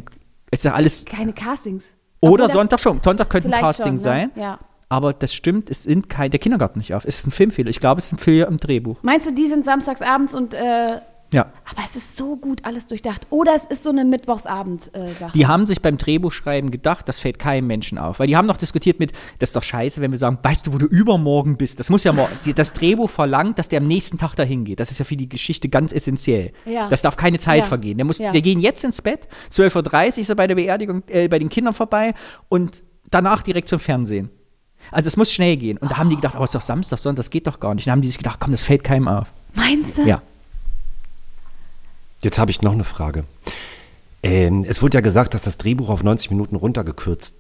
G: es ist ja alles,
C: Keine Castings. Obwohl
G: oder
C: das-
G: Sonntag schon, Sonntag könnte ein
C: vielleicht
G: Casting
C: schon, ne?
G: sein.
C: Ja.
G: Aber das stimmt, es sind kein, der Kindergarten nicht auf. Es ist ein Filmfehler. Ich glaube, es ist ein Fehler im Drehbuch.
C: Meinst du, die sind samstags abends und äh,
G: Ja.
C: aber es ist so gut alles durchdacht. Oder es ist so eine äh, Mittwochsabend-Sache.
G: Die haben sich beim Drehbuchschreiben gedacht, das fällt keinem Menschen auf. Weil die haben noch diskutiert mit, das ist doch scheiße, wenn wir sagen, weißt du, wo du übermorgen bist? Das muss ja morgen. die- Das Drehbuch verlangt, dass der am nächsten Tag dahin geht. Das ist ja für die Geschichte ganz essentiell.
C: Ja.
G: Das darf keine Zeit
C: Ja.
G: vergehen. Der muss,
C: Ja.
G: Wir gehen jetzt ins Bett, 12.30 Uhr ist er bei der Beerdigung, äh, bei den Kindern vorbei und danach direkt zum Fernsehen. Also es muss schnell gehen. Und da
C: Ah.
G: haben die gedacht, aber es ist doch Samstag, Sonntag, das geht doch gar nicht. Dann haben die sich gedacht, komm, das fällt keinem auf.
C: Meinst du?
G: Ja.
A: Jetzt habe ich noch eine Frage. Ähm, es wurde ja gesagt, dass das Drehbuch auf 90 Minuten runtergekürzt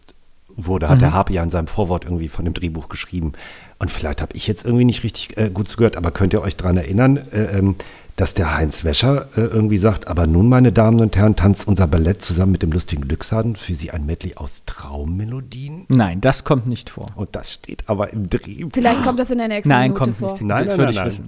A: wurde, hat der Harpe ja in seinem Vorwort irgendwie von dem Drehbuch geschrieben. Und vielleicht habe ich jetzt irgendwie nicht richtig äh, gut zugehört, aber könnt ihr euch daran erinnern, äh, ähm, dass der Heinz Wäscher äh, irgendwie sagt, aber nun, meine Damen und Herren, tanzt unser Ballett zusammen mit dem lustigen Glückshaden für Sie ein Medley aus Traummelodien?
G: Nein, das kommt nicht vor.
A: Und das steht aber im Drehbuch.
C: Vielleicht kommt das in der nächsten
G: Nein,
C: Minute
G: kommt
C: vor.
G: nicht.
A: Nein,
G: Das
A: nein,
G: würde
A: nein,
G: ich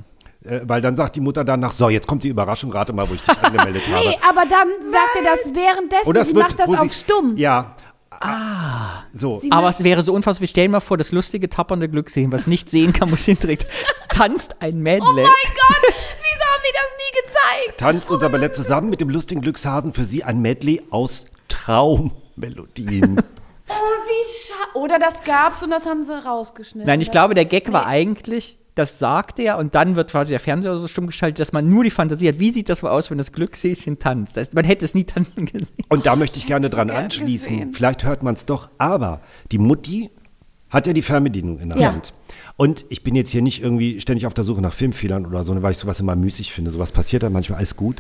A: nein. Äh, Weil dann sagt die Mutter danach, so, jetzt kommt die Überraschung, rate mal, wo ich dich angemeldet habe.
C: Nee, aber dann sagt er das währenddessen.
A: Oder es
C: sie
A: Oh, wird,
C: macht das
A: wo
C: auf
A: sie,
C: stumm.
A: Ja. Ah. So.
C: Sie
G: Aber
C: macht-
G: es wäre so unfassbar. Stell dir mal vor, das lustige, tappernde Glückssehen, was nicht sehen kann, muss hinträgt. Tanzt ein Mädel.
C: oh mein Gott, wieso haben die das nie gezeigt?
A: Tanzt unser Ballett zusammen mit dem lustigen Glückshasen für Sie ein Medley aus Traummelodien.
C: Oh, wie scha Oder das gab's und das haben sie rausgeschnitten.
G: Nein, ich glaube, der Gag war eigentlich, das sagt er und dann wird quasi der Fernseher so stumm geschaltet, dass man nur die Fantasie hat. Wie sieht das wohl aus, wenn das Glückssehchen tanzt? Das, man hätte es nie tanzen gesehen.
A: Und da möchte ich gerne dran
C: gern
A: anschließen.
C: gesehen.
A: Vielleicht hört man es doch, aber die Mutti hat ja die Fernbedienung in der
C: Ja.
A: Hand. Und ich bin jetzt hier nicht irgendwie ständig auf der Suche nach Filmfehlern oder so, ne, weil ich sowas immer müßig finde. Sowas passiert dann manchmal alles gut.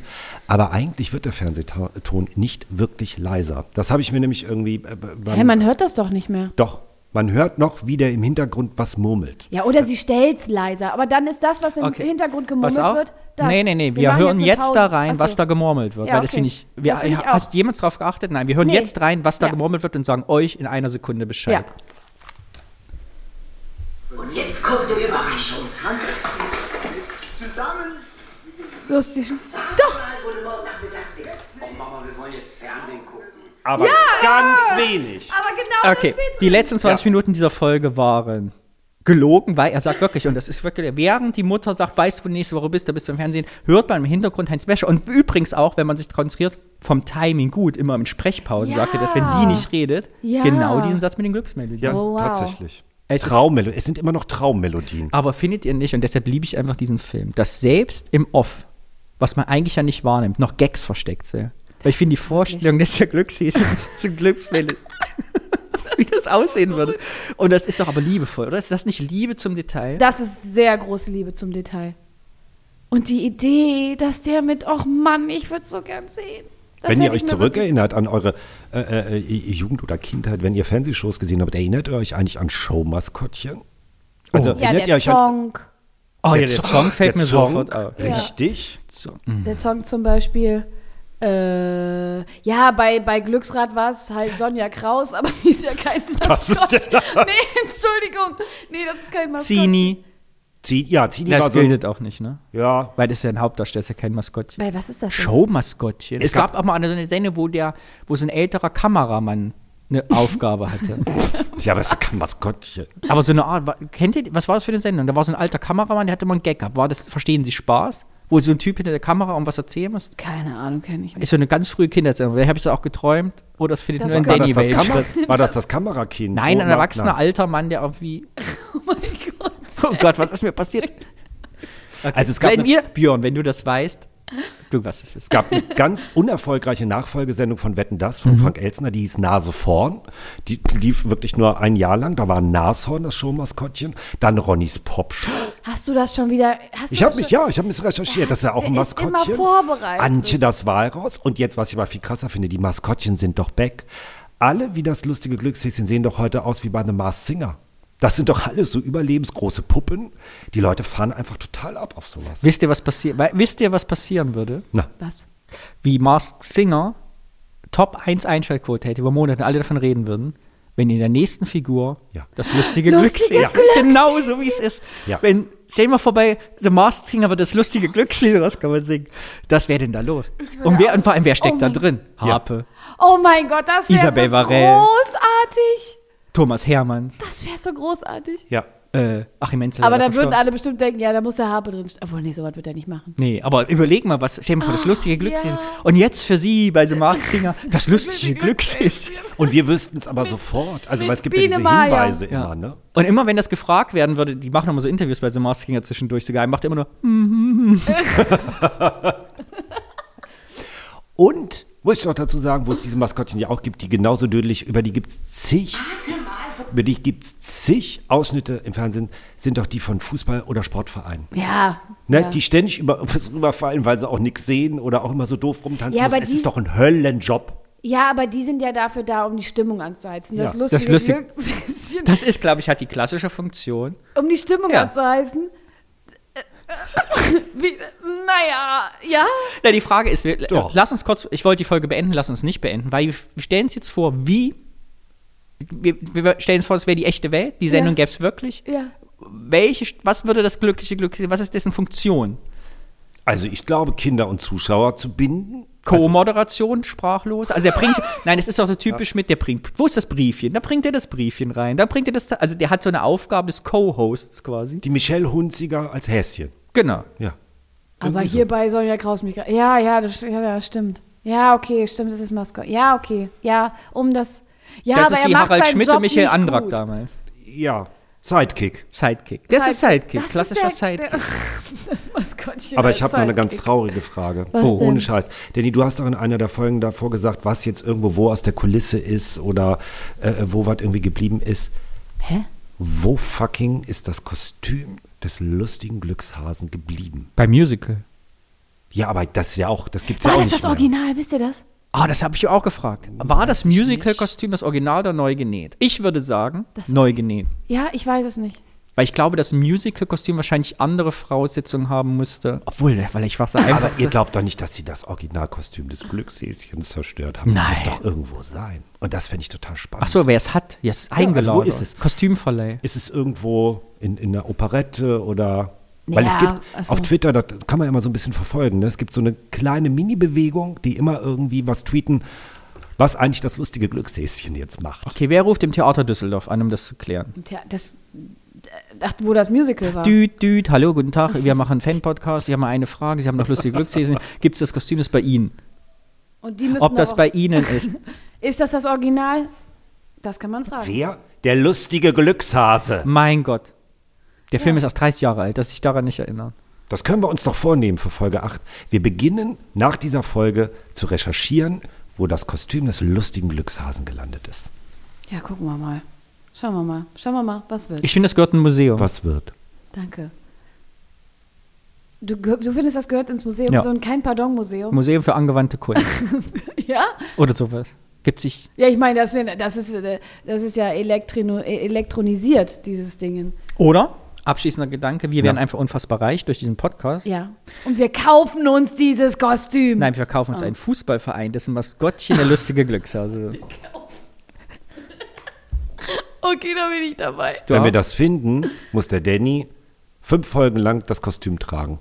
A: Aber eigentlich wird der Fernsehton nicht wirklich leiser. Das habe ich mir nämlich irgendwie. äh, beim-
C: Hey, man hört das doch nicht mehr.
A: doch, man hört noch, wie der im Hintergrund was murmelt.
C: Ja, oder sie stellt's leiser. Aber dann ist das, was im Hintergrund gemurmelt
G: Pass auf.
C: wird, das.
G: Nee, nee, nee. Wir,
C: machen
G: hören
C: eine
G: jetzt,
C: Pause.
G: da rein,
C: Ach so.
G: was da gemurmelt wird.
C: Ja,
G: weil das
C: okay.
G: finde ich, wir,
C: Das finde ich auch.
G: Hast jemand drauf geachtet? Nein, wir hören
C: Nee.
G: jetzt rein, was da
C: Ja.
G: gemurmelt wird und sagen euch in einer Sekunde
C: Ja.
G: Bescheid.
H: Und jetzt kommt der Überraschung. Zusammen.
C: Lustig. Doch!
H: Wo du morgen Nachmittag bist.
A: Aber ganz wenig.
C: Aber genau
G: Okay,
C: das steht
G: die
C: drin.
G: letzten 20 Minuten dieser Folge waren gelogen, weil er sagt wirklich, und das ist wirklich, während die Mutter sagt, weißt du, wo du nächste Woche bist, da bist du im Fernsehen, hört man im Hintergrund Heinz Wäscher. Und übrigens auch, wenn man sich konzentriert, vom Timing gut, immer in Sprechpausen
C: Ja.
G: sagt er das, wenn sie nicht redet,
C: Ja.
G: genau diesen Satz mit den Glücksmelodien.
A: Ja,
C: Oh, wow.
A: tatsächlich.
G: Es- Ah,
A: Traummelo es sind immer noch Traummelodien.
G: Aber findet ihr nicht, und deshalb liebe ich einfach diesen Film, dass selbst im Off, was man eigentlich ja nicht wahrnimmt, noch Gags versteckt sind. Weil ich finde die Vorstellung, dass der Glückshäschen zum Glücksmelodie, wie das aussehen würde. Und das ist doch aber liebevoll, oder? Ist das nicht Liebe zum Detail?
C: Das ist sehr große Liebe zum Detail. Und die Idee, dass der mit, ach Mann, ich würde so gern sehen. Das
A: Wenn ihr
C: hätte ich
A: euch
C: mir
A: zurückerinnert an eure äh, äh, Jugend oder Kindheit, wenn ihr Fernsehshows gesehen habt, erinnert ihr euch eigentlich an Showmaskottchen? Also
C: wirklich- Ja,
A: erinnert
C: der
A: an
C: Song.
G: Oh,
A: Der
G: ja, der Song fällt
A: der
G: mir
A: Song?
G: sofort auf.
A: Richtig?
G: So.
C: Der Song zum Beispiel. Äh, ja, bei, bei Glücksrad war es halt Sonja Kraus, aber die ist ja kein
A: Das ist
C: Maskottchen.
A: der-
C: Nee, Entschuldigung. Nee, das ist kein Maskottchen.
G: Zini.
A: Zini- Ja, Zini war
G: Das
A: so. ein-
G: gilt auch nicht, ne?
A: Ja,
G: Weil das ist ja ein Hauptdarsteller, ist ja kein Maskottchen.
C: Bei was ist das denn?
G: Showmaskottchen. Es,
A: Es
G: gab,
A: gab-
G: auch mal eine, so eine Szene, wo, der, wo so ein älterer Kameramann eine Aufgabe hatte.
A: ja, was ist ein Maskottchen?
G: Aber so eine Art, wa- kennt ihr, was war das für eine Sendung? Da war so ein alter Kameramann, der hatte immer einen Gag gehabt. War das, verstehen Sie, Spaß? Wo so ein Typ hinter der Kamera um was erzählen muss?
C: Keine Ahnung, kenne ich nicht.
G: Ist so eine ganz frühe Kindheitserinnerung. Vielleicht habe ich es auch geträumt. Oder das findet
C: Das
G: nur in
C: war-
A: War
G: Danny
A: das das,
G: Welt
A: Kamera
G: statt.
A: war das das Kamerakind?
G: Nein,
A: Oh,
G: ein
A: na-
G: erwachsener,
A: nein.
G: alter Mann, der irgendwie,
C: Oh mein Gott.
G: oh Gott, was ist mir passiert?
A: Also es gab
G: Wenn
A: eine-
G: wir, Björn, wenn du das weißt, Du weißt es.
A: Es gab eine ganz unerfolgreiche Nachfolgesendung von Wetten Das
C: Mhm.
A: von Frank Elzner, die hieß Nase vorn. Die lief wirklich nur ein Jahr lang. Da war Nashorn das Showmaskottchen, dann Ronnys Popshow.
C: Hast du das schon wieder? Hast
A: Ich
C: du
A: habe
C: das
A: mich,
C: schon-
A: ja, ich habe mich recherchiert. Das ist ja auch
C: Der
A: ein
C: ist immer
A: Maskottchen.
C: vorbereitet.
A: Antje das Walraus. Und jetzt, was ich aber viel krasser finde, die Maskottchen sind doch back. Alle wie das lustige Glückshäschen sehen doch heute aus wie bei The Mars Singer. Das sind doch alles so überlebensgroße Puppen. Die Leute fahren einfach total ab auf sowas.
G: Wisst ihr, was passiert? Wisst ihr, was passieren würde?
A: Na,
C: Was?
G: Wie Masked Singer Top 1 Einschaltquote hätte über Monate, alle davon reden würden, wenn in der nächsten Figur
A: Ja.
G: das lustige,
C: Lustiges
G: Glückssehen.
C: Glückssehen.
G: Genau so wie es ist.
A: Ja.
G: Wenn, stell dir mal vorbei, The Masked Singer wird das lustige Glückssehen rauskommen und singen. Das wäre denn da los? Und, wer, und vor allem, wer steckt
C: Oh
G: da
C: mein-
G: drin? Harpe,
C: Oh mein Gott, das wäre so
G: Isabel Varell.
C: großartig.
G: Thomas Hermanns,
C: Das wäre so großartig.
A: ja.
G: äh, Achim Enzel.
C: Aber
G: der
C: da würden
G: verstorben-
C: alle bestimmt denken, ja, da muss der Harpe drin. stehen. Obwohl, nee, sowas wird er nicht machen.
G: Nee, aber überleg mal, was, stell dir mal
C: Ah,
G: vor, das lustige Glückssehen. Und jetzt für Sie bei The Masked Singer das lustige Glückssehen.
A: Und wir wüssten es aber sofort. Also,
C: mit
A: weil es gibt ja diese
C: Biene Maya.
A: Hinweise
G: Ja.
A: immer, ne?
G: Und immer wenn das gefragt werden würde, die machen immer so Interviews bei The Masked Singer zwischendurch sogar, macht er immer nur, hm,
A: Und muss ich noch dazu sagen, wo es diese Maskottchen ja auch gibt, die genauso dödelig, über die gibt es zig. Über die gibt es zig Ausschnitte im Fernsehen, sind doch die von Fußball- oder Sportvereinen.
C: Ja.
A: Ne?
C: ja.
A: Die ständig über was rüberfallen, weil sie auch nichts sehen oder auch immer so doof rumtanzen.
C: Ja,
A: müssen.
C: aber
A: es
C: die-
A: ist doch ein Höllenjob.
C: ja, aber die sind ja dafür da, um die Stimmung anzuheizen. Das
A: Ja,
C: lustige
G: das lustig-
C: Glückshäschen.
G: das ist, glaube ich, hat die klassische Funktion.
C: um die Stimmung
G: Ja.
C: anzuheizen. Wie, naja, ja.
G: Na, die Frage ist, wir, äh,
A: Doch.
G: lass uns kurz, ich wollte die Folge beenden, lass uns nicht beenden, weil wir stellen uns jetzt vor, wie, wir, wir stellen uns vor, es wäre die echte Welt, die Sendung
C: Ja.
G: gäbe es wirklich.
C: Ja.
G: Welche, was würde das glückliche Glückssehen, was ist dessen Funktion?
A: Also ich glaube, Kinder und Zuschauer zu binden. also
G: Co-Moderation, sprachlos. Also er bringt, nein, es ist auch so typisch mit, der bringt, wo ist das Briefchen? Da bringt er das Briefchen rein, da bringt er das, also der hat so eine Aufgabe des Co-Hosts quasi.
A: Die Michelle Hunziger als Häschen.
G: Genau.
A: Ja.
C: Aber
A: Irgendwie so.
C: hierbei Sonja Kraus mich. gra- Ja, ja, das, ja, ja, stimmt. Ja, okay, stimmt, das ist Maskott. Ja, okay. Ja, um das. Ja,
G: das
C: aber
G: ist
C: er
G: wie
C: macht
G: Harald
C: seinen
G: Schmidt
C: Job
G: und Michael
C: nicht
G: Andrack
C: gut.
G: damals.
A: Ja. Sidekick.
G: Sidekick. Das ist
C: Zeit-
G: Sidekick,
C: Halt. das ist
G: klassischer
C: der-
G: Sidekick.
C: der- Das Maskottchen.
A: Aber
C: als
A: ich habe noch eine ganz
C: Sidekick.
A: traurige Frage.
C: halt Was
A: oh,
C: denn?
A: ohne Scheiß. Danny, du hast doch in einer der Folgen davor gesagt, was jetzt irgendwo wo aus der Kulisse ist oder äh, wo was irgendwie geblieben ist.
C: Hä?
A: Wo fucking ist das Kostüm des lustigen Glückshasen geblieben?
G: Bei Musical.
A: Ja, aber das ist ja auch, das gibt's ja
C: War
A: auch
C: das
A: nicht
C: das
A: mehr.
C: Original? Wisst ihr das?
G: Ah, das habe ich auch gefragt. War das Musical-Kostüm das Original oder neu genäht? Ich würde sagen, neu genäht.
C: Ja, ich weiß es nicht.
G: Weil ich glaube, das Musical-Kostüm wahrscheinlich andere Voraussetzungen haben musste. Obwohl, weil ich war so einfach.
A: Aber ihr glaubt doch nicht, dass sie das Originalkostüm des Glückshäschens zerstört haben.
G: Nein.
A: Das muss doch irgendwo sein. Und das fände ich total spannend.
G: Ach so, wer es hat, jetzt ist
A: also
G: eingeladen.
A: wo ist es?
G: Kostümverleih.
A: Ist es irgendwo in, in einer Operette oder. Weil es
C: Ja,
A: gibt
C: ach so.
A: auf Twitter, das kann man immer so ein bisschen verfolgen. Ne? Es gibt so eine kleine Mini-Bewegung, die immer irgendwie was tweeten, was eigentlich das lustige Glückshäschen jetzt macht.
G: Okay, wer ruft im Theater Düsseldorf an, um das zu klären?
C: Tja, das. Ach, wo das Musical war.
G: Düt, düt, hallo, guten Tag, wir machen einen Fan-Podcast, ich habe mal eine Frage, Sie haben noch lustige Glückssesen. Gibt es das Kostüm, das bei Ihnen?
C: Und die müssen
G: Ob das
C: aber-
G: bei Ihnen ist?
C: Ist das das Original? Das kann man fragen.
A: Wer? Der lustige Glückshase.
G: Mein Gott. Der Film ist erst 30 Jahre alt, dass ich daran nicht erinnern.
A: Das können wir uns doch vornehmen für Folge 8. Wir beginnen nach dieser Folge zu recherchieren, wo das Kostüm des lustigen Glückshasen gelandet ist.
C: Ja, gucken wir mal. Schauen wir mal. Schauen wir mal, was wird.
G: Ich finde, das gehört ein Museum.
A: Was wird?
C: Danke. Du, gehör- du findest, das gehört ins Museum,
G: Ja.
C: so ein Kein-Pardon-Museum?
G: Museum für angewandte Kunst
C: Ja?
G: oder sowas. Gibt sich.
C: Ja, ich meine, das, sind- das, ist, äh, das ist ja elektrino, e- elektronisiert, dieses Ding.
G: Oder? Abschließender Gedanke, wir werden einfach unfassbar reich durch diesen Podcast.
C: Ja. Und wir kaufen uns dieses Kostüm.
G: Nein, wir kaufen uns einen Fußballverein, dessen Maskottchen der lustige Also, Glückshase. wird.
C: Okay, da bin ich dabei.
G: Du
A: Wenn
G: auch?
A: wir das finden, muss der Danny fünf Folgen lang das Kostüm tragen.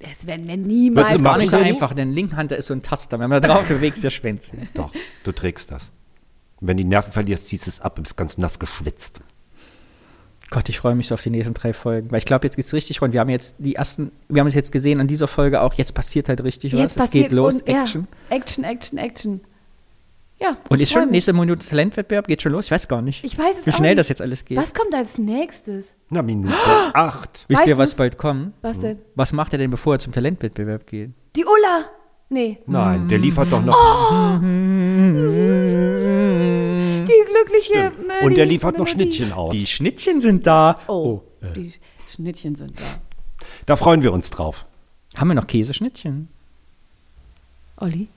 C: Das werden wir
A: Willst
C: niemals
A: du
G: ist gar
A: machen,
G: nicht so
A: Jenny?
G: einfach, denn linken Hand da ist so ein Taster. Wenn man da drauf bewegt, ist der Schwänzchen.
A: Doch, du trägst das. Und wenn die Nerven verlierst, ziehst du es ab, bist ganz nass geschwitzt.
G: Gott, ich freue mich so auf die nächsten drei Folgen, weil ich glaube, jetzt geht's richtig rund. Wir haben jetzt die ersten, wir haben es jetzt gesehen an dieser Folge auch, jetzt passiert halt richtig was.
C: Jetzt
G: es
C: passiert
G: geht los,
C: und,
G: Action.
C: Ja, Action, Action, Action. Ja.
G: Und
C: ich
G: ist
C: freu
G: schon
C: mich.
G: nächste Minute Talentwettbewerb, geht schon los? Ich weiß gar nicht.
C: Ich weiß es
G: Wie
C: auch
G: schnell
C: nicht.
G: das jetzt alles geht.
C: Was kommt als nächstes?
A: Na, Minute acht.
G: Wisst ihr,
C: Weißt
G: was
C: du's?
G: bald kommt?
C: Was denn?
G: Was macht er denn, bevor er zum Talentwettbewerb geht?
C: Die Ulla. Nee,
A: Nein, der liefert doch
C: Oh,
A: noch.
C: die glückliche Melodie.
A: und der liefert noch
C: Melodie.
A: Schnittchen aus.
G: Oh, Die Schnittchen sind da.
C: Oh, die Schnittchen sind da.
A: Da freuen wir uns drauf.
G: Haben wir noch Käseschnittchen?
C: Olli,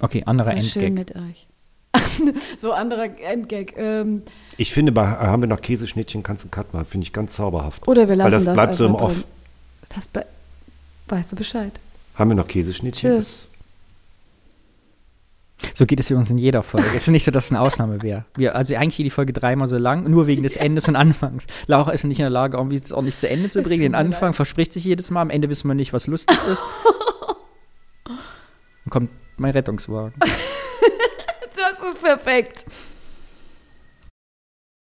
G: Okay, anderer
C: war schön
G: Endgag.
C: mit euch. so anderer Endgag. Ähm,
A: Ich finde, bei äh, haben wir noch Käseschnittchen, kannst du einen Cut machen. Finde ich ganz zauberhaft.
C: oder wir lassen
A: Weil das bleibt so im
C: einfach
A: Off.
C: drin. Das be weißt du Bescheid.
A: Haben wir noch Käseschnittchen?
C: Tschüss.
G: So geht es für uns in jeder Folge. es ist nicht so, dass es eine Ausnahme wäre. Wir, also eigentlich geht die Folge dreimal so lang, nur wegen des Endes und Anfangs. Laura ist nicht in der Lage, irgendwie das ordentlich zu Ende zu bringen. Den Anfang verspricht sich jedes Mal, am Ende wissen wir nicht, was lustig ist. Dann kommt mein Rettungswagen.
C: Das ist perfekt.